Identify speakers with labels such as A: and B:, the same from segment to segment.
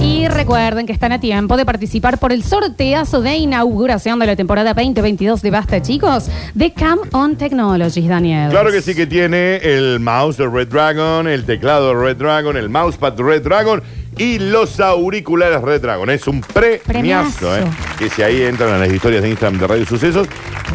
A: Y recuerden que están a tiempo de participar por el sorteazo de inauguración de la temporada 2022 de Basta, chicos, de Cam On Technologies, Daniel.
B: Claro que sí que tiene el mouse de Red Dragon, el teclado de Red Dragon, el mousepad de Red Dragon y los auriculares Red Dragon. Es un premiazo,
A: Premiazo.
B: ¿eh? Que si ahí entran a las historias de Instagram de Radio Sucesos,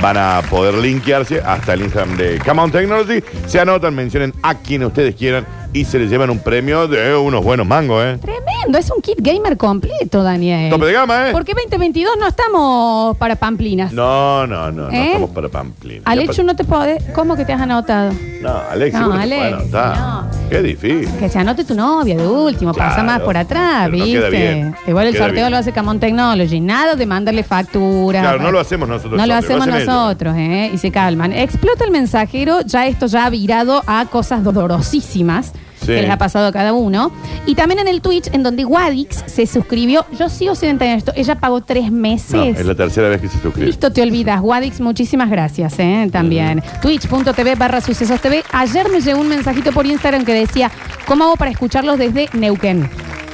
B: van a poder linkearse hasta el Instagram de Come On Technology. Se anotan, mencionen a quien ustedes quieran y se les llevan un premio de unos buenos mangos, ¿eh?
A: Tremendo, es un kit gamer completo, Daniel.
B: Tope de gama, ¿eh?
A: Porque 2022 no estamos para pamplinas.
B: No, no, no, no
A: ¿Eh?
B: estamos para Pamplina.
A: Al hecho no te podés... ¿Cómo que te has anotado?
B: No, Alex,
A: No,
B: no,
A: Alex, no.
B: Qué difícil.
A: Que se anote tu novia de último, pasa
B: Claro,
A: más por atrás,
B: pero no
A: ¿viste?
B: queda bien,
A: Igual el
B: queda
A: sorteo
B: bien.
A: lo hace Camon Technology, nada de mandarle factura.
B: Claro, no lo hacemos nosotros
A: No lo
B: solos, lo
A: hacemos
B: hacen ellos.
A: nosotros, ¿eh? Y se calman. Explota el mensajero, ya esto ya ha virado a cosas dolorosísimas
B: Sí.
A: que les ha pasado a cada uno. Y también en el Twitch, en donde Wadix se suscribió, yo sigo sin entender esto, ella pagó tres meses.
B: No, es la tercera vez que se suscribe.
A: Listo, te olvidas. Wadix, muchísimas gracias ¿eh? también. Twitch.tv barra sucesos TV. Ayer me llegó un mensajito por Instagram que decía, ¿cómo hago para escucharlos desde Neuquén?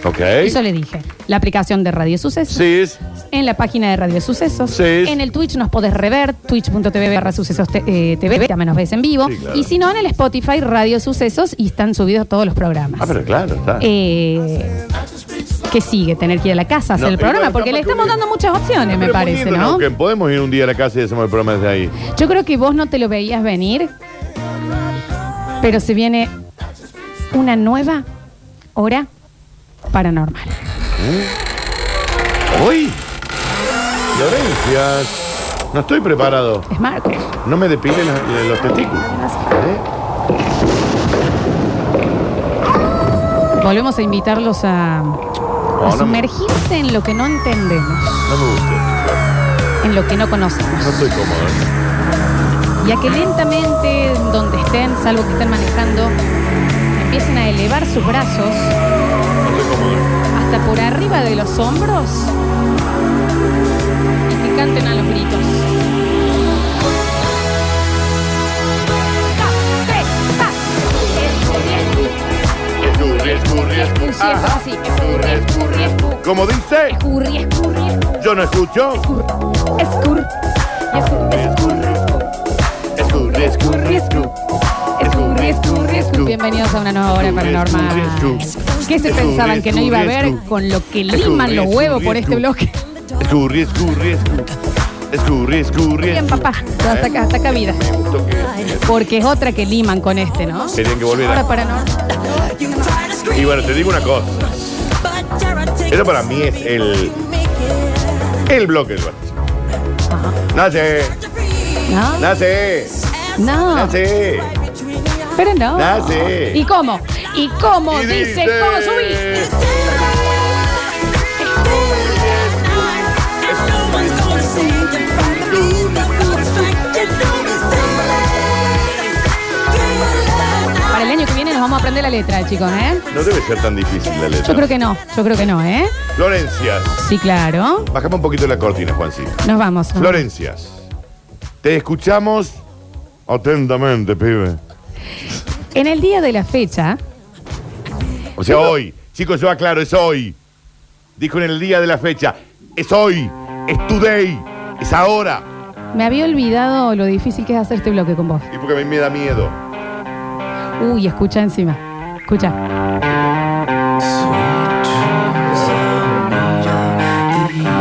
B: Ok.
A: Y yo le dije, la aplicación de Radio Sucesos,
B: Sí, es-
A: en la página de Radio Sucesos,
B: Sí.
A: en el Twitch nos podés rever, twitch.tv barra sucesos te- eh, TV, también nos ves en vivo.
B: Sí, claro.
A: Y si no, en el Spotify Radio Sucesos y están subidos todos los programas.
B: Ah, pero claro, está.
A: Eh, ¿Qué sigue? Tener que ir a la casa a hacer
B: No,
A: el programa,
B: igual
A: porque le
B: capaz que
A: estamos
B: hubiera-
A: dando muchas opciones, me
B: Pero
A: parece,
B: poniendo,
A: ¿no?
B: Que podemos ir un día a la casa y hacemos el programa desde ahí.
A: Yo creo que vos no te lo veías venir, pero se viene una nueva hora paranormal.
B: ¡Uy! Florencias. No estoy preparado.
A: Es Marcos.
B: No me depile los, los testículos. ¿Eh?
A: Volvemos a invitarlos a, a
B: no.
A: sumergirse en lo que no entendemos,
B: No me gusta.
A: en lo que no
B: No
A: conocemos.
B: estoy cómodo.
A: Y a que lentamente, donde estén, salvo que estén manejando, empiecen a elevar sus brazos
B: No estoy cómodo.
A: hasta por arriba de los hombros y que canten a los gritos.
B: Escurri, escurri, escurri. Ajá.
A: así. Escurri, escurri, escurri.
B: Como dice,
A: Escurri, escurri, escurri.
B: yo no escucho.
A: Escurri. Y escurri,
B: Escurri, escurri,
A: escurri,
B: escurri.
A: escurri, escurri, escurri. Bienvenidos a una nueva hora paranormal. ¿Qué se pensaban que no iba a haber con lo que liman los huevos por este bloque?
B: Escurri, escurri, escurri. Escurri, escurri.
A: Bien, papá. Hasta acá, hasta acá vida. Porque es otra que liman con este, ¿no?
B: Querían que volviera.
A: Ahora paranormal.
B: Y bueno, te digo una cosa. Eso para mí es el, el bloque del Bachi. Nace,
A: No,
B: nace,
A: no.
B: nace.
A: Pero no.
B: Nace.
A: Ah. ¿Y cómo? ¿Y cómo?
B: Y
A: Dice, ¿cómo subís? Para el año que viene nos vamos a aprender la letra, chicos, ¿eh?
B: No debe ser tan difícil la letra.
A: Yo creo que no, yo creo que no, ¿eh?
B: Florencias.
A: Sí, claro.
B: Bajamos un poquito la cortina, Juancito.
A: Nos vamos. ¿no?
B: Florencias. Te escuchamos atentamente, pibe.
A: En el día de la fecha,
B: O sea, hoy. Chicos, yo aclaro, es hoy. Dijo en el día de la fecha. Es hoy. Es today. Es ahora.
A: me había olvidado lo difícil que es hacer este bloque con vos.
B: Y porque a mí me da miedo.
A: Uy, escucha encima. Escucha.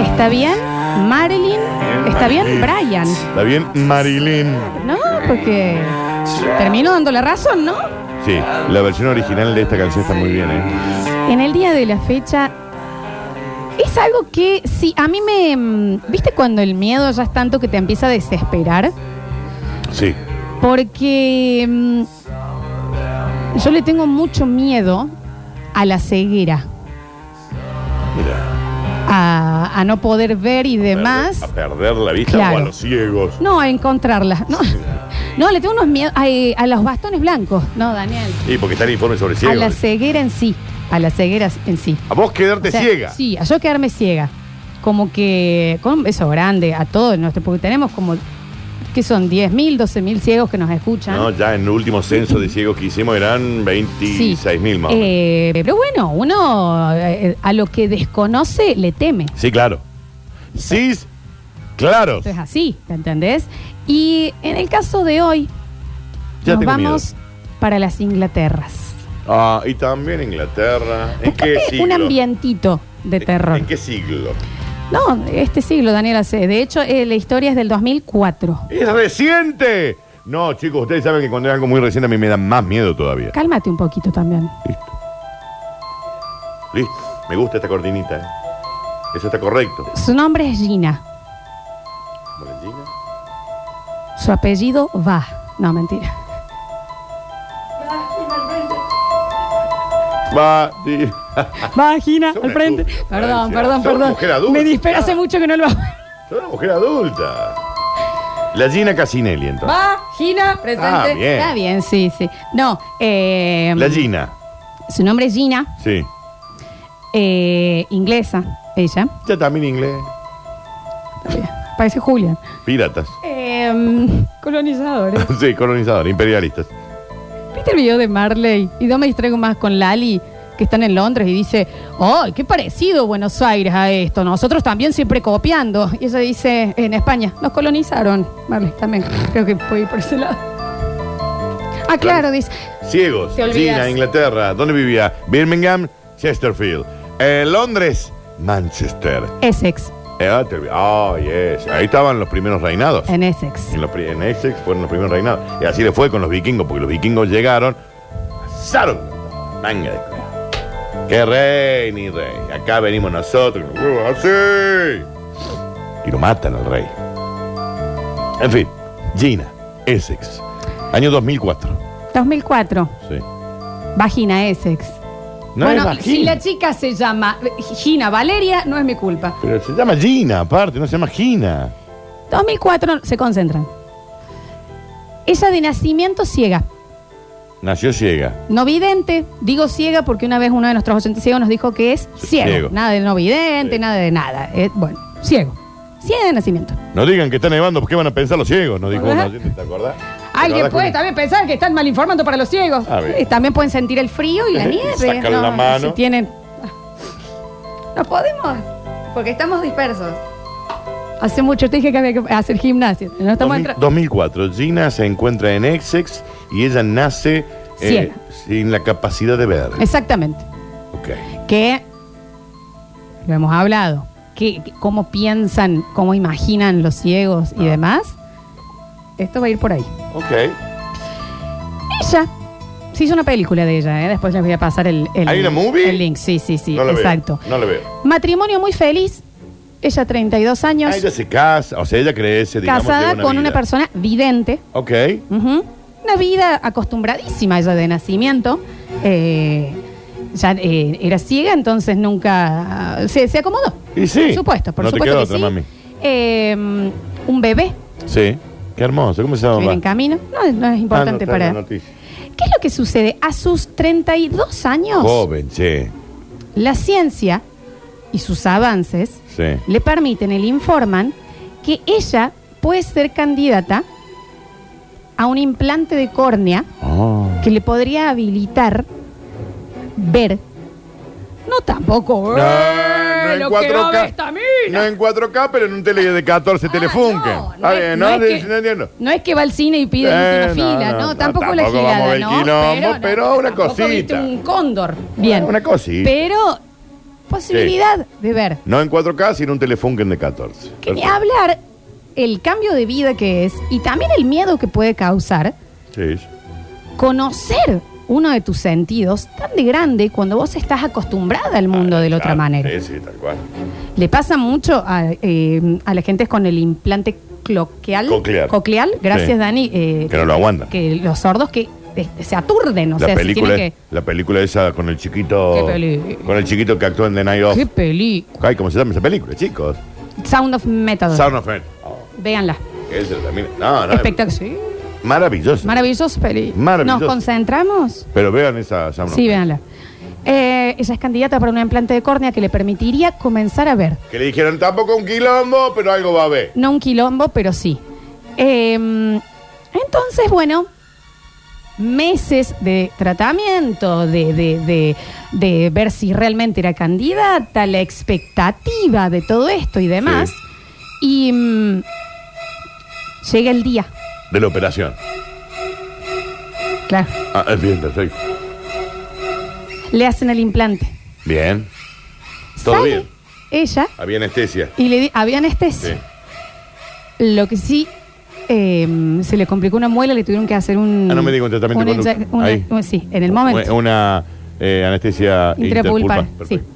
A: ¿Está bien? Marilyn. ¿Está bien? Brian.
B: ¿Está bien? Marilyn.
A: No, porque termino dando la razón, ¿no?
B: Sí, la versión original de esta canción está muy bien, ¿eh?
A: En el día de la fecha es algo que sí, a mí me... mm, ¿Viste cuando el miedo ya es tanto que te empieza a desesperar?
B: Sí.
A: Porque mm, yo le tengo mucho miedo a la ceguera,
B: Mira.
A: a, a no poder ver y demás.
B: A perder la vista
A: Claro.
B: o a los ciegos.
A: No, a encontrarla. No, no le tengo unos miedos a, eh, a los bastones blancos. No, Daniel.
B: Y porque está el informe sobre
A: A
B: ciegos.
A: la ceguera en sí. A la ceguera en sí.
B: A vos quedarte
A: O sea,
B: ciega.
A: Sí, a yo quedarme ciega. Como que con un beso grande a todos nosotros, porque tenemos como que son 10.000, 12.000 ciegos que nos escuchan.
B: No, ya en el último censo de ciegos que hicimos eran 26.000 más o menos.
A: Eh, pero bueno, uno eh, a lo que desconoce le teme.
B: Sí, claro.
A: eh,
B: Sí, claro.
A: Esto es así, ¿te entendés? Y en el caso de hoy,
B: Ya
A: nos
B: tengo
A: vamos para las Inglaterras.
B: Ah, y también Inglaterra. ¿En qué
A: Buscate
B: siglo?
A: un ambientito de
B: ¿En-
A: terror.
B: ¿En qué siglo?
A: No, este siglo, Daniel hace. De hecho, eh, la historia es del 2004.
B: ¡Es reciente! No, chicos, ustedes saben que cuando es algo muy reciente a mí me da más miedo todavía.
A: Cálmate un poquito también.
B: Listo. Listo. Me gusta esta cortinita, ¿eh? Eso está correcto.
A: Su nombre es Gina.
B: Valentina.
A: Su apellido va. No, mentira.
B: Va, sí. Ah,
A: Va, Gina, al
B: Sos una
A: frente.
B: estúpida,
A: Perdón,
B: Florencia.
A: perdón,
B: Sos una
A: perdón.
B: Ah, mujer adulta. Ah.
A: Me dispera hace mucho que no lo hago.
B: Soy una mujer adulta. La Gina Casinelli, entonces.
A: Va, Gina, presente.
B: Ah, bien.
A: Está bien, sí, sí. No, eh,
B: La Gina.
A: su nombre es Gina,
B: Sí.
A: eh, inglesa, ella.
B: Ya también inglés.
A: Está bien. Parece Julian.
B: Piratas.
A: Eh, colonizadores.
B: Sí, colonizador, imperialistas.
A: ¿Viste el video de Marley? Y no me distraigo más con Lali, que están en Londres y dice, ¡ay, qué parecido Buenos Aires a esto! Nosotros también siempre copiando. Y ella dice, en España, nos colonizaron. Marley también, creo que puede ir por ese lado. Ah, claro, dice.
B: Ciegos.
A: Te olvidas.
B: Gina, Inglaterra. ¿Dónde vivía? Birmingham, Chesterfield. Eh, Londres, Manchester.
A: Essex,
B: Eh, ah, te olvi- Ah, yes. Ahí estaban los primeros reinados.
A: en Essex.
B: En, los pri- en Essex fueron los primeros reinados. Y así le fue con los vikingos, porque los vikingos llegaron. ¡Asaron! Manga de cuero. ¡Qué rey ni rey! Acá venimos nosotros, con los huevos así. Y lo matan al rey. En fin, Gina, Essex. Año 2004.
A: 2004,
B: Sí.
A: vagina Essex.
B: No
A: bueno,
B: es más
A: si
B: Gina.
A: la chica se llama Gina Valeria, no es mi culpa.
B: Pero se llama Gina, aparte, no se llama Gina.
A: 2004, se concentran. Ella de nacimiento ciega.
B: Nació ciega.
A: No vidente, digo ciega porque una vez uno de nuestros oyentes ciegos nos dijo que es ciego.
B: Ciego.
A: Nada de no vidente,
B: Sí.
A: nada de nada. Eh, bueno, ciego. Ciega de nacimiento.
B: No digan que está nevando, porque van a pensar los ciegos? Nos dijo
A: ¿Verdad?
B: uno, ¿te acordás? ¿Te
A: Alguien
B: acordás
A: puede
B: que-
A: también pensar que están mal informando para los ciegos.
B: Ah, bien.
A: Eh, también pueden sentir el frío y la
B: Y
A: nieve.
B: sacan la mano.
A: Si tienen. No podemos, porque estamos dispersos. Hace mucho te dije que había que hacer gimnasia. No estamos
B: 2000
A: entra-
B: 2004, Gina se encuentra en Essex y ella nace eh,
A: Ciega.
B: sin la capacidad de ver.
A: Exactamente.
B: Ok.
A: que lo hemos hablado, que, que cómo piensan, cómo imaginan los ciegos
B: Ah.
A: y demás, esto va a ir por ahí.
B: Ok.
A: Ella, se hizo una película de ella, ¿eh? después les voy a pasar el, el-
B: ¿Hay una movie?
A: el link, sí, sí, sí,
B: no la
A: exacto.
B: veo. No la veo.
A: Matrimonio muy feliz, ella 32 años,
B: Ah, ella se casa, o sea, ella crece, digamos,
A: casada
B: lleva
A: con una
B: vida.
A: persona vidente,
B: Ok.
A: Ujú. Una vida acostumbradísima ella de nacimiento. Eh, ya eh, era ciega, entonces nunca se, se acomodó.
B: Y sí.
A: Por supuesto, por
B: No te
A: supuesto.
B: queda
A: que
B: otra,
A: sí.
B: mami.
A: Eh, un bebé
B: Sí. Qué hermoso. ¿Cómo se llama?
A: que viene en camino. No, no es
B: Ah, no,
A: importante
B: está
A: para.
B: la noticia.
A: ¿Qué es lo que sucede? A sus 32 años,
B: Joven, che.
A: la ciencia y sus avances
B: Sí.
A: le permiten y le informan que ella puede ser candidata a un implante de córnea
B: Oh.
A: que le podría habilitar ver. No tampoco.
B: No,
A: ¡eh!
B: no en
A: lo que
B: 4K.
A: no ve esta mina.
B: No en 4K, pero en un tele de 14
A: Ah,
B: telefunken.
A: no, no
B: Ah,
A: es-
B: bien,
A: no
B: no,
A: es
B: de-
A: que-
B: no entiendo.
A: No es que va al cine y pide la
B: Eh,
A: última fila, no, tampoco, la
B: tampoco vamos a
A: girada,
B: ver
A: ¿no?
B: quilombo,
A: no,
B: pero una
A: tampoco viste
B: cosita.
A: un cóndor. Bien.
B: Una cosita.
A: Pero posibilidad de ver.
B: No en 4K, sino un telefunken de 14.
A: Que ni
B: Perfecto.
A: hablar el cambio de vida que es y también el miedo que puede causar
B: Sí. sí.
A: conocer uno de tus sentidos tan de grande cuando vos estás acostumbrada al mundo de la otra
B: Claro,
A: manera.
B: Ah, Sí, sí, tal cual.
A: Le pasa mucho a, eh, a la gente con el implante cloqueal.
B: Coclear.
A: Gracias,
B: Sí.
A: Dani. eh,
B: Que no lo aguantan.
A: Que los sordos que eh, se aturden, o
B: la,
A: sea, si
B: película,
A: tienen que.
B: la película esa con el chiquito.
A: ¿Qué peli-
B: Con el chiquito que actúa en The Night Of.
A: ¡Qué peli!
B: Ay, ¿cómo se llama esa película, chicos?
A: Sound of Method.
B: Sound of Metal. Oh,
A: Véanla.
B: ese también. No, no.
A: Espectacular. Sí.
B: Maravilloso.
A: Maravilloso peli.
B: Maravilloso.
A: ¿Nos concentramos?
B: Pero vean esa Sound of
A: Sí,
B: Metal.
A: véanla. Eh, ella es candidata para un implante de córnea que le permitiría comenzar a ver.
B: Que le dijeron tampoco un quilombo, pero algo va a haber.
A: No un quilombo, pero sí. Eh, entonces, bueno, meses de tratamiento, de, de, de- de ver si realmente era candidata, la expectativa de todo esto y demás.
B: Sí.
A: Y mm, llega el día,
B: de la operación.
A: claro.
B: Ah, eh, bien, perfecto.
A: Le hacen el implante.
B: Bien. Todo
A: Sale
B: bien.
A: Ella
B: Había anestesia.
A: y le di- había anestesia.
B: Sí.
A: Lo que sí, eh, se le complicó una muela, le tuvieron que hacer un...
B: Ah, no me diga un tratamiento
A: una
B: con
A: inye-
B: luz.
A: una-
B: Ahí.
A: Sí, en el momento.
B: Una eh, anestesia
A: Intrapulpar,
B: interpulpar.
A: sí.
B: Perfecto.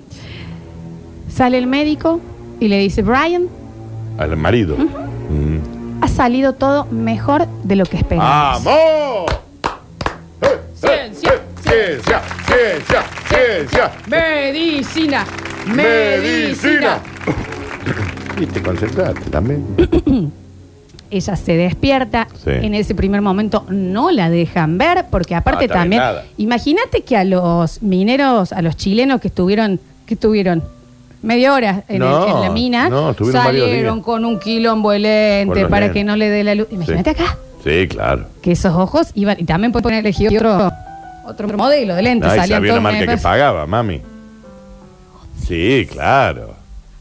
A: Sale el médico y le dice, Brian,
B: Al marido. Mm.
A: ha salido todo mejor de lo que esperábamos.
B: ¡Vamos! Eh,
A: Ciencia,
B: eh, ciencia, ciencia, ciencia.
A: Medicina,
B: Medicina. Y te concentraste también.
A: Ella se despierta.
B: Sí.
A: En ese primer momento no la dejan ver, porque aparte
B: Ah, está bien,
A: también.
B: nada.
A: Imagínate que a los mineros, a los chilenos que estuvieron, que estuvieron media hora en,
B: No,
A: el- en la mina,
B: no, estuvieron varios
A: salieron
B: días.
A: con un quilombo el lente
B: Con los
A: para
B: lentes.
A: que no le dé la luz. Imagínate acá,
B: Sí, claro.
A: que esos ojos iban. Y también puedes poner elegido otro, otro modelo de lente.
B: Ay,
A: salían
B: sabía una
A: todos
B: marca que
A: medio-
B: pagaba, mami. Sí, claro.
A: Ah,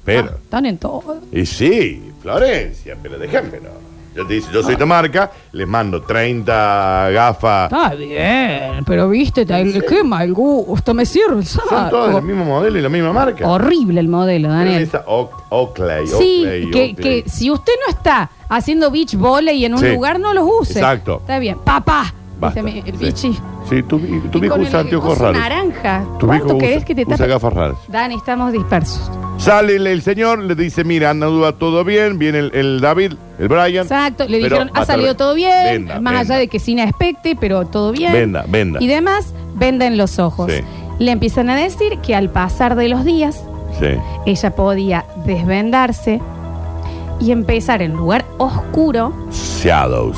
B: Pero.
A: están en todo.
B: Y sí, Florencia, pero déjamelo. Yo te dice, yo soy tu marca, les mando 30 gafas.
A: Está bien, pero viste, te- qué mal gusto, me sirve el
B: Son todos
A: saco.
B: del mismo modelo y la misma marca.
A: Horrible el modelo,
B: Pero
A: Daniel.
B: esa Oak- Oakley,
A: Sí,
B: Oakley,
A: que,
B: Oakley.
A: que si usted no está haciendo beach volley en un
B: Sí.
A: lugar, no los use.
B: Exacto.
A: Está bien. Papá,
B: Basta.
A: viste, mi- el
B: Sí.
A: bichi.
B: Sí, tu, vi- tu
A: Y
B: viejo
A: con
B: usa
A: el-
B: anteojos
A: cosa
B: raros.
A: naranja.
B: Tu
A: ¿Cuánto
B: viejo
A: querés
B: usa-
A: que te
B: usa
A: tape?
B: gafas raras.
A: Dani, estamos dispersos.
B: Sale el, el señor, le dice, mira, anda duda todo bien, viene el, el David, el Brian.
A: Exacto, le
B: Pero
A: dijeron,
B: va
A: ha
B: a
A: salido
B: tardar".
A: todo bien,
B: Venda,
A: más
B: venda.
A: allá de que sin aspecte, pero todo bien.
B: Venda, venda.
A: Y demás, venda en los ojos.
B: Sí.
A: Le empiezan a decir que al pasar de los días,
B: Sí.
A: ella podía desvendarse y empezar en lugar oscuro
B: Shadows.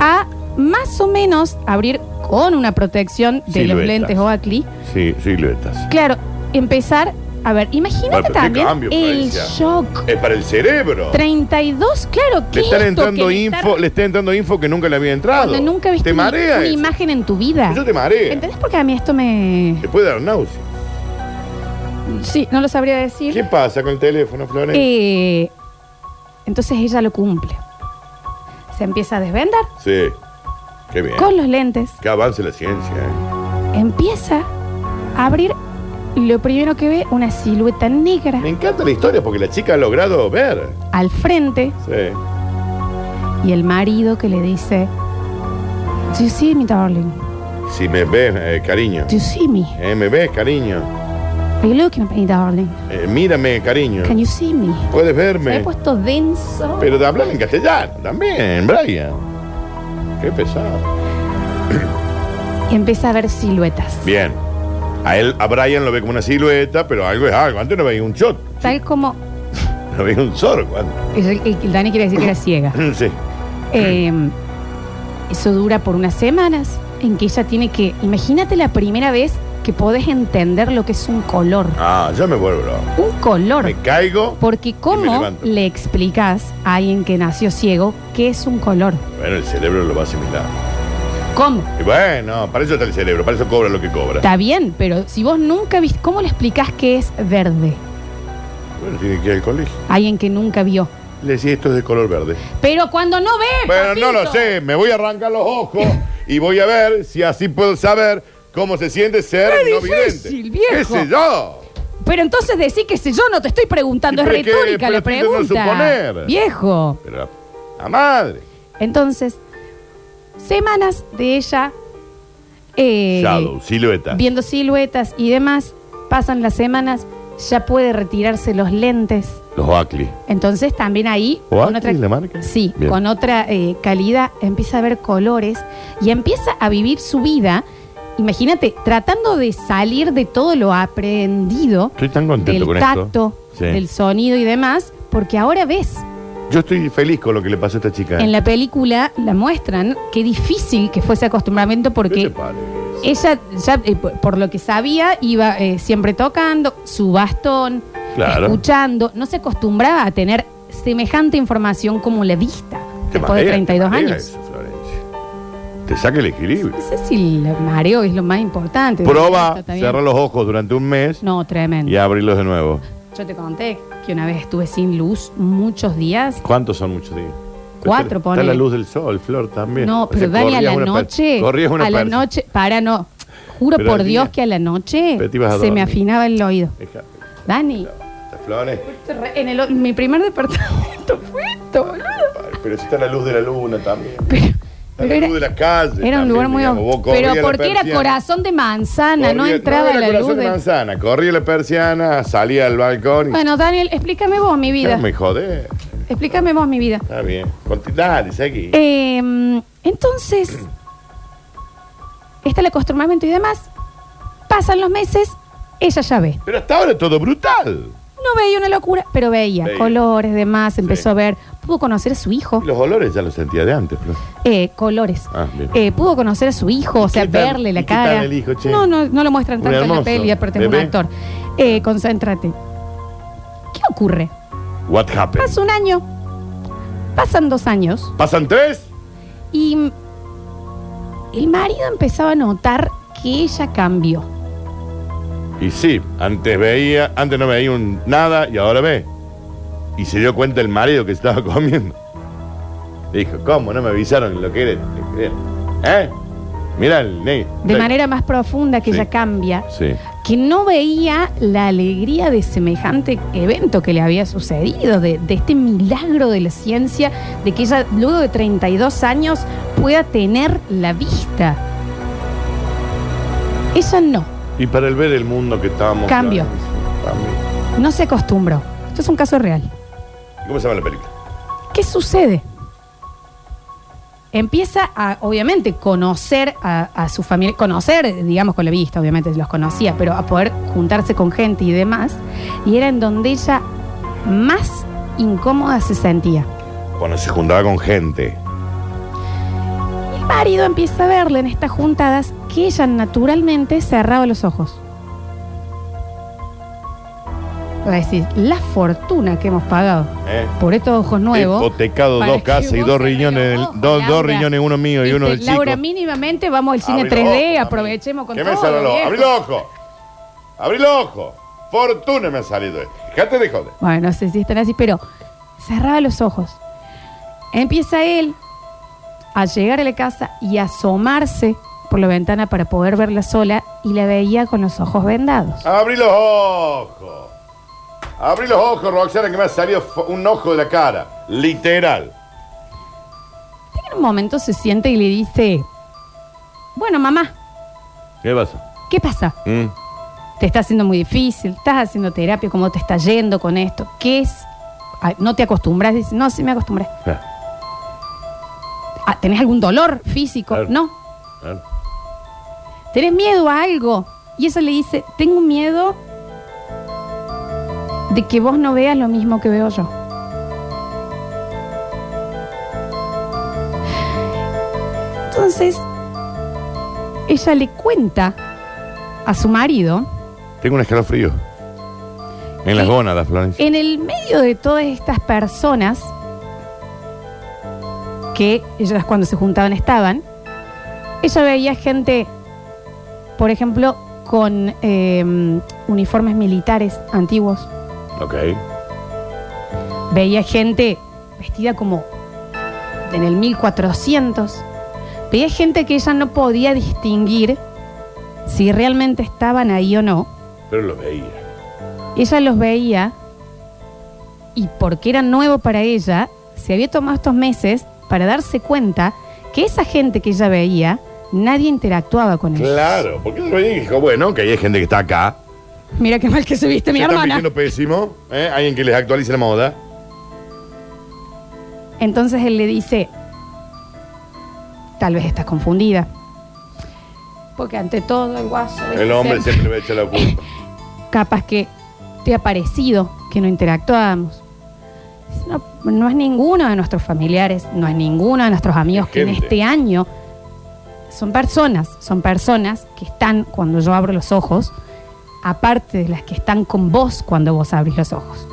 A: a más o menos abrir con una protección de los
B: Siluetas.
A: lentes Oakley.
B: Sí, siluetas.
A: Claro, empezar, a ver,
B: Bueno,
A: imagínate
B: pero qué
A: también
B: cambio,
A: el
B: Florencia.
A: shock.
B: Es para el cerebro.
A: 32, claro, ¿qué
B: Le están
A: es esto
B: entrando
A: que le está-
B: info, le está entrando info que nunca le había entrado.
A: cuando nunca viste
B: Te
A: una,
B: marea.
A: una
B: eso.
A: imagen en tu vida.
B: Eso te marea.
A: ¿Entendés por qué a mí esto me...?
B: Te puede dar náusea.
A: Sí, no lo sabría decir.
B: ¿Qué pasa con el teléfono, Florencia?
A: Eh, entonces ella lo cumple. Se empieza a desvendar
B: Sí. Qué bien.
A: con los lentes.
B: Que avance la ciencia. eh.
A: Empieza a abrir lo primero que ve, una silueta negra
B: Me encanta la historia porque la chica ha logrado ver.
A: al frente
B: Sí.
A: y el marido que le dice, Do you see me, darling?
B: Si me ves, eh, cariño.
A: Do you see me?
B: Eh, me ves, cariño.
A: Are you looking at me, darling?
B: Eh, mírame, cariño.
A: Can you see me?
B: Puedes
A: Me he
B: verme.
A: puesto denso.
B: Pero de hablar en castellano también, Brian. Qué pesado.
A: Y empieza a ver siluetas.
B: Bien. A él, a Brian lo ve como una silueta, pero algo es algo. Antes no veía un shot,
A: Tal como...
B: no veía un sorgo. antes.
A: El, el- el Dani quiere decir que era ciega.
B: Sí.
A: Eh, eso dura por unas semanas en que ella tiene que... Imagínate la primera vez que podés entender lo que es un color.
B: Ah, yo me vuelvo loco.
A: Un color.
B: Me caigo.
A: Porque
B: Y me
A: ¿cómo
B: levanto.
A: le explicas a alguien que nació ciego qué es un color?
B: Bueno, el cerebro lo va a asimilar.
A: ¿Cómo?
B: Y bueno, para eso está el cerebro, para eso cobra lo que cobra.
A: Está bien, pero si vos nunca viste, ¿cómo le explicás qué es verde?
B: Bueno, tiene que ir al colegio.
A: Alguien que nunca vio.
B: Le decía esto es de color verde.
A: Pero cuando no ves.
B: Bueno, no lo
A: papito.
B: sé, me voy a arrancar los ojos y voy a ver si así puedo saber cómo se siente ser
A: ¡Qué
B: no
A: difícil,
B: vidente. ¿Qué
A: viejo!
B: sé yo?
A: Pero entonces decir que si yo no te estoy preguntando,
B: Y
A: es
B: pero es que-
A: retórica la
B: pero estoy intentando
A: pregunta.
B: suponer.
A: Viejo.
B: Pero la, la madre.
A: Entonces, semanas de ella eh,
B: Shadow, silueta.
A: viendo siluetas y demás, pasan las semanas, ya puede retirarse los lentes.
B: Los Oakley.
A: Entonces también ahí
B: ¿Oakley es la marca?
A: sí,
B: Bien.
A: con otra eh, calidad empieza a ver colores y empieza a vivir su vida. Imagínate tratando de salir de todo lo aprendido,
B: Estoy tan
A: del
B: contento con
A: tacto,
B: esto. Sí.
A: del sonido y demás, porque ahora ves.
B: Yo estoy feliz con lo que le pasó a esta chica. ¿eh?
A: En la película la muestran qué difícil que fue ese acostumbramiento
B: ¿Qué
A: porque
B: te parece?
A: ella ya eh, por por lo que sabía iba eh, siempre tocando su bastón,
B: Claro.
A: escuchando, no se acostumbraba a tener semejante información como la vista. después de
B: marea,
A: 32
B: marea
A: años.
B: eso, Florencia. Te saca el equilibrio.
A: No sé si el mareo es lo más importante.
B: Proba
A: Está bien.
B: cerrar los ojos durante un mes
A: No, tremendo.
B: y abrirlos de nuevo.
A: Yo te conté que una vez estuve sin luz muchos días.
B: ¿Cuántos son muchos días?
A: Cuatro,
B: Está-
A: ponele.
B: Está la luz del sol, Flor, también.
A: No,
B: O
A: pero
B: sea,
A: Dani, a
B: corrías
A: la
B: una per-
A: noche.
B: Corrías una
A: a la
B: per-
A: noche. Para, no. Juro
B: Pero
A: por
B: al
A: Dios
B: día.
A: que a la noche
B: Pero te ibas a
A: se me
B: dormir.
A: afinaba el oído.
B: Deja-
A: Dani,
B: Flores.
A: en el o- mi primer departamento fue esto, boludo.
B: Pero si está la luz de la luna también.
A: Pero,
B: Está
A: pero
B: la
A: era,
B: luz de la calle.
A: era un
B: también,
A: lugar muy.
B: digamos. Vos corrías
A: Pero
B: la
A: porque era
B: persiana.
A: corazón de manzana, no
B: Corría-
A: entraba
B: era
A: la
B: corazón
A: luz.
B: de
A: del-
B: manzana. Corría la persiana, salía al balcón y.
A: Bueno, Daniel, explícame vos mi vida.
B: No me jodé.
A: Explícame vos mi vida.
B: Está bien. Conti- Dale, seguí.
A: Eh, entonces, está el acostumbramiento y demás. Pasan los meses, ella ya ve.
B: Pero hasta ahora todo brutal.
A: No veía una locura, pero veía
B: Veía.
A: colores, demás, empezó
B: Sí.
A: a ver. Pudo conocer a su hijo,
B: Los olores ya los sentía de antes, Flor.
A: eh, colores.
B: Ah, bien.
A: Eh, pudo conocer a su hijo, o sea,
B: qué tal-
A: verle
B: y
A: la
B: qué tal
A: cara.
B: el hijo, che?
A: no, no, no lo muestran
B: Un
A: tanto en la
B: hermoso
A: peli, aparte es un
B: bebé.
A: actor. Eh, concéntrate. ¿Qué ocurre?
B: What happened?
A: Pasa un año, pasan dos años,
B: ¿Pasan tres?
A: y el marido empezaba a notar que ella cambió.
B: Y sí, antes veía, antes no veía un- nada y ahora ve. Y se dio cuenta el marido que estaba comiendo. Dijo, ¿cómo? No me avisaron lo que era. lo que era. ¿Eh? Mirá el negro.
A: De
B: Sí.
A: manera más profunda que
B: Sí.
A: ella cambia,
B: Sí.
A: que no veía la alegría de semejante evento que le había sucedido, de, de este milagro de la ciencia, de que ella luego de 32 años pueda tener la vista. Ella no,
B: Y para el ver el mundo que estábamos.
A: Cambio.
B: Florencia, cambio.
A: no se acostumbró. Esto es un caso real.
B: ¿Cómo se llama la película?
A: ¿Qué sucede? Empieza a, obviamente, conocer a, a su familia, conocer, digamos, con la vista, obviamente los conocía, pero a poder juntarse con gente y demás. Y era en donde ella más incómoda se sentía.
B: Cuando se juntaba con gente.
A: Y el marido empieza a verle en estas juntadas que ella naturalmente cerraba los ojos. Va a decir, la fortuna que hemos pagado
B: ¿eh?
A: por estos ojos nuevos.
B: Hipotecado
A: Para
B: dos
A: que
B: casas y
A: vos
B: dos
A: cerres
B: riñones,
A: los ojos,
B: dos, dos
A: Laura.
B: riñones, uno mío y uno del
A: Viste,
B: chico.
A: Este, Laura, mínimamente vamos al cine
B: Abrí los
A: 3D,
B: ojos,
A: aprovechemos con
B: ¿Qué me
A: todo.
B: salen los ojos?
A: viejo.
B: ¡Abrí los ojos! ¡Abrí los ojos! Fortuna me ha salido esto. Fíjate de joder.
A: Bueno, no sé si están así, pero cerraba los ojos. Empieza él a llegar a la casa y a asomarse por la ventana para poder verla sola y la veía con los ojos vendados.
B: ¡Abrí los ojos! ¡Abrí los ojos, Roxana, que me ha salido fo- un ojo de la cara! Literal.
A: En un momento se siente y le dice, bueno, mamá,
B: ¿Qué pasa?
A: ¿qué pasa?
B: ¿Mm?
A: Te está haciendo muy difícil, estás haciendo terapia, ¿cómo te está yendo con esto? ¿Qué es? Ay, ¿No te acostumbras? Dice, no, sí me acostumbré. Ah, ¿Tenés algún dolor físico?
B: Claro.
A: No. ¿Tenés miedo a algo? Y eso le dice, tengo miedo de que vos no veas lo mismo que veo yo. Entonces, ella le cuenta a su marido,
B: Tengo un escalofrío. En las
A: Sí.
B: gónadas, Florencia.
A: en el medio de todas estas personas que ellas cuando se juntaban estaban, ella veía gente, por ejemplo, con eh, uniformes militares antiguos,
B: Ok.
A: veía gente vestida como en el 1400, veía gente que ella no podía distinguir si realmente estaban ahí o no.
B: Pero lo veía.
A: Ella los veía y porque era nuevo para ella, se había tomado estos meses para darse cuenta que esa gente que ella veía, nadie interactuaba con ellos.
B: Claro, porque lo veía y dijo, bueno, que hay gente que está acá.
A: Mira qué mal que se viste mi
B: Se
A: hermana.
B: Están vistiendo pésimo. ¿eh? Alguien que les actualice la moda.
A: Entonces él le dice, tal vez estás confundida. Porque ante todo el guaso...
B: El hombre siempre me echa la culpa.
A: Capaz que te ha parecido que no interactuábamos. Dice, No, no es ninguno de nuestros familiares, no es ninguno de nuestros amigos
B: Es
A: que en
B: gente.
A: este año son personas, son personas que están cuando yo abro los ojos, aparte de las que están con vos cuando vos abrís los ojos.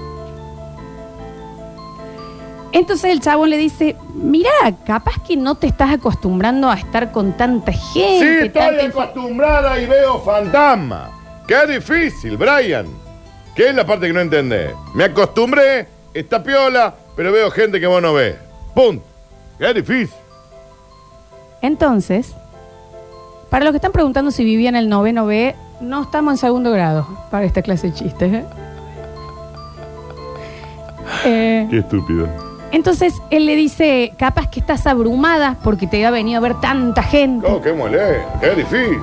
A: Entonces el chabón le dice, mira, capaz que no te estás acostumbrando a estar con tanta
B: Sí,
A: gente.
B: estoy
A: tanta infor-".
B: acostumbrada y veo fantasma. Qué difícil, Brian. ¿Qué es la parte que no entendés? Me acostumbré, está piola, pero veo gente que vos no ves. Punto. Qué difícil.
A: Entonces, para los que están preguntando si vivía en el noveno B, no estamos en segundo grado para esta clase de chistes. ¿eh? Eh,
B: Qué estúpido.
A: entonces él le dice, capaz que estás abrumada porque te ha venido a ver tanta gente.
B: Oh, qué molé. Qué difícil.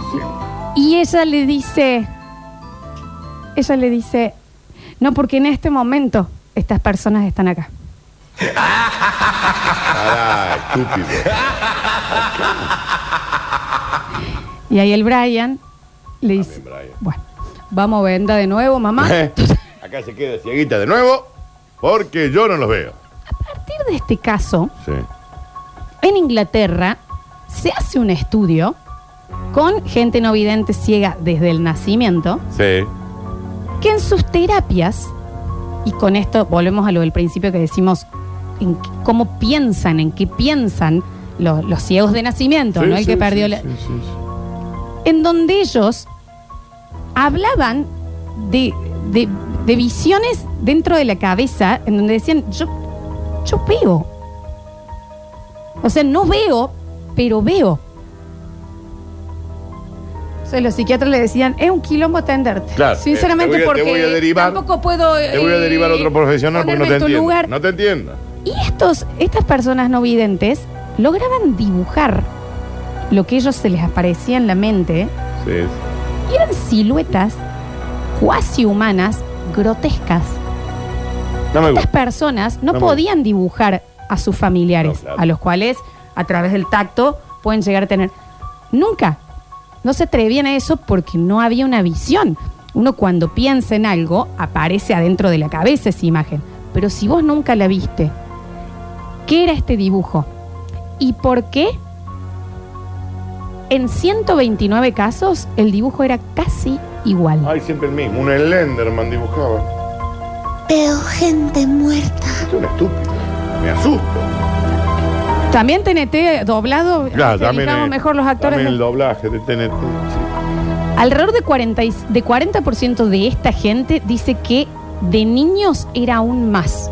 A: Y ella le dice, ella le dice, no, porque en este momento estas personas están acá.
B: Pará, estúpido.
A: Y ahí el Brian le dice,
B: Brian.
A: bueno, vamos venda de nuevo, mamá.
B: Eh, Acá se queda cieguita de nuevo, porque yo no los veo.
A: A partir de este caso,
B: Sí.
A: en Inglaterra se hace un estudio con gente no vidente ciega desde el nacimiento,
B: Sí.
A: que en sus terapias, y con esto volvemos a lo del principio que decimos, en qué- cómo piensan, en qué piensan los, los ciegos de nacimiento, ¿no? El que perdió la- En donde ellos hablaban de, de- de visiones dentro de la cabeza, en donde decían, yo, yo veo. O sea, no veo, pero veo. O sea, los psiquiatras le decían, es un quilombo atenderte.
B: Claro,
A: Sinceramente,
B: eh, te voy a-
A: porque
B: te voy a derivar-
A: tampoco puedo.
B: Te voy a
A: eh,
B: derivar a otro profesional porque no
A: ponerme
B: te
A: en tu
B: entiendo.
A: lugar.
B: No te entiendo.
A: Y estos, estas personas no videntes lograban dibujar lo que ellos se les aparecía en la mente.
B: Sí.
A: Y eran siluetas cuasi humanas, grotescas.
B: No me
A: Estas
B: gusta.
A: personas no,
B: No me
A: podían dibujar a sus familiares,
B: No, claro.
A: a los cuales a través del tacto pueden llegar a tener. Nunca. No se atrevían a eso porque no había una visión. Uno cuando piensa en algo aparece adentro de la cabeza esa imagen. Pero si vos nunca la viste, ¿qué era este dibujo? ¿Y por qué? En 129 casos el dibujo era casi igual.
B: Ay, siempre el mismo. Un Slenderman dibujaba.
C: Veo gente muerta.
B: Este es un estúpido. Me asusto.
A: También TNT doblado,
B: Claro,
A: elijamos
B: también. eh,
A: mejor los actores.
B: también
A: de-
B: el doblaje de TNT. sí.
A: Alrededor de 40, y- de 40% de esta gente dice que de niños era aún más.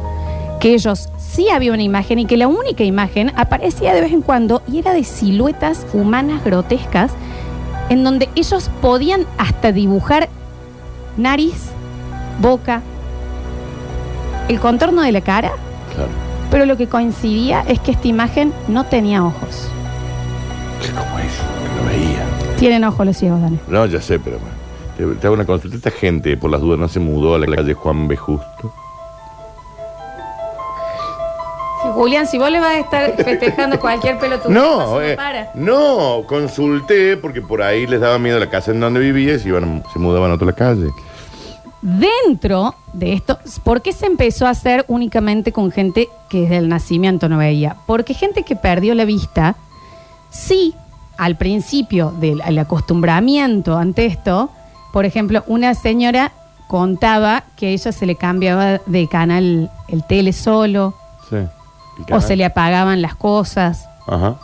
A: Que ellos sí había una imagen y que la única imagen aparecía de vez en cuando y era de siluetas humanas grotescas en donde ellos podían hasta dibujar nariz, boca, el contorno de la cara,
B: Claro.
A: pero lo que coincidía es que esta imagen no tenía ojos.
B: ¿Cómo es? Que No veía.
A: Tienen ojos los ciegos, Daniel.
B: No, ya sé, pero bueno. Te, te hago una consulta. Esta gente, por las dudas, no se mudó a la calle Juan B. Justo.
A: Sí, Julián, si vos le vas a estar festejando cualquier pelotudo,
B: No, eh, no, consulté porque por ahí les daba miedo la casa en donde vivía y se, iban, se mudaban a otra calle.
A: Dentro de esto, ¿por qué se empezó a hacer únicamente con gente que desde el nacimiento no veía? Porque gente que perdió la vista, sí, al principio del al acostumbramiento ante esto, por ejemplo, una señora contaba que a ella se le cambiaba de canal el tele solo,
B: Sí.
A: o se le apagaban las cosas,
B: Ajá.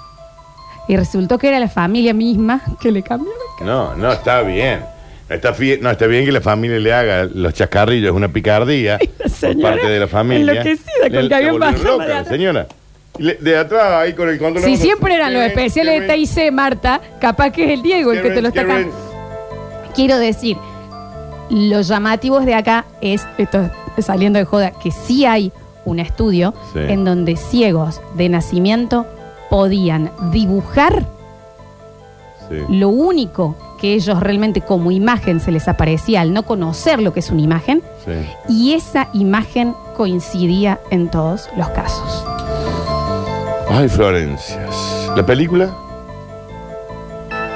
A: y resultó que era la familia misma que le cambiaba.
B: No, no, está bien. No está, fie- no, está bien que la familia le haga los chascarrillos, una picardía por
A: señora
B: parte de la familia.
A: enloquecida con
B: Le-
A: que
B: la
A: habían
B: volvieron
A: pasado
B: loca,
A: de
B: la
A: atrás.
B: señora. Y le- de atrás ahí con el control.
A: Si siempre eran los especiales de TIC, Marta, capaz que es el Diego el que te lo está
B: acá.
A: cambiando. Quiero decir, los llamativos de acá es, esto es saliendo de joda, que sí hay un estudio
B: Sí.
A: en donde ciegos de nacimiento podían dibujar
B: Sí.
A: lo único que ellos realmente como imagen se les aparecía al no conocer lo que es una imagen,
B: sí.
A: y esa imagen coincidía en todos los casos.
B: Ay, Florencias. ¿La película?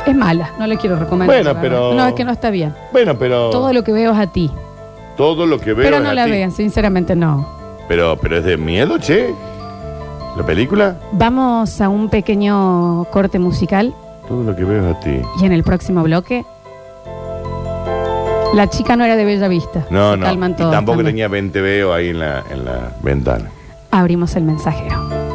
A: Es mala, no le quiero recomendar.
B: Bueno,
A: la
B: pero-
A: verdad. No, es que no está bien.
B: Bueno, pero
A: Todo lo que veo es a ti.
B: todo lo que veo
A: Pero
B: es
A: no
B: a
A: la
B: ti.
A: vean, sinceramente no.
B: Pero, pero es de miedo, che. ¿La película?
A: Vamos a un pequeño corte musical
B: Todo lo que veo es a ti.
A: y en el próximo bloque. La chica no era de Bella Vista.
B: No,
A: Se
B: no.
A: Calman
B: y
A: todos
B: tampoco
A: también.
B: tenía 20 veo ahí en la, en la ventana.
A: abrimos el mensajero.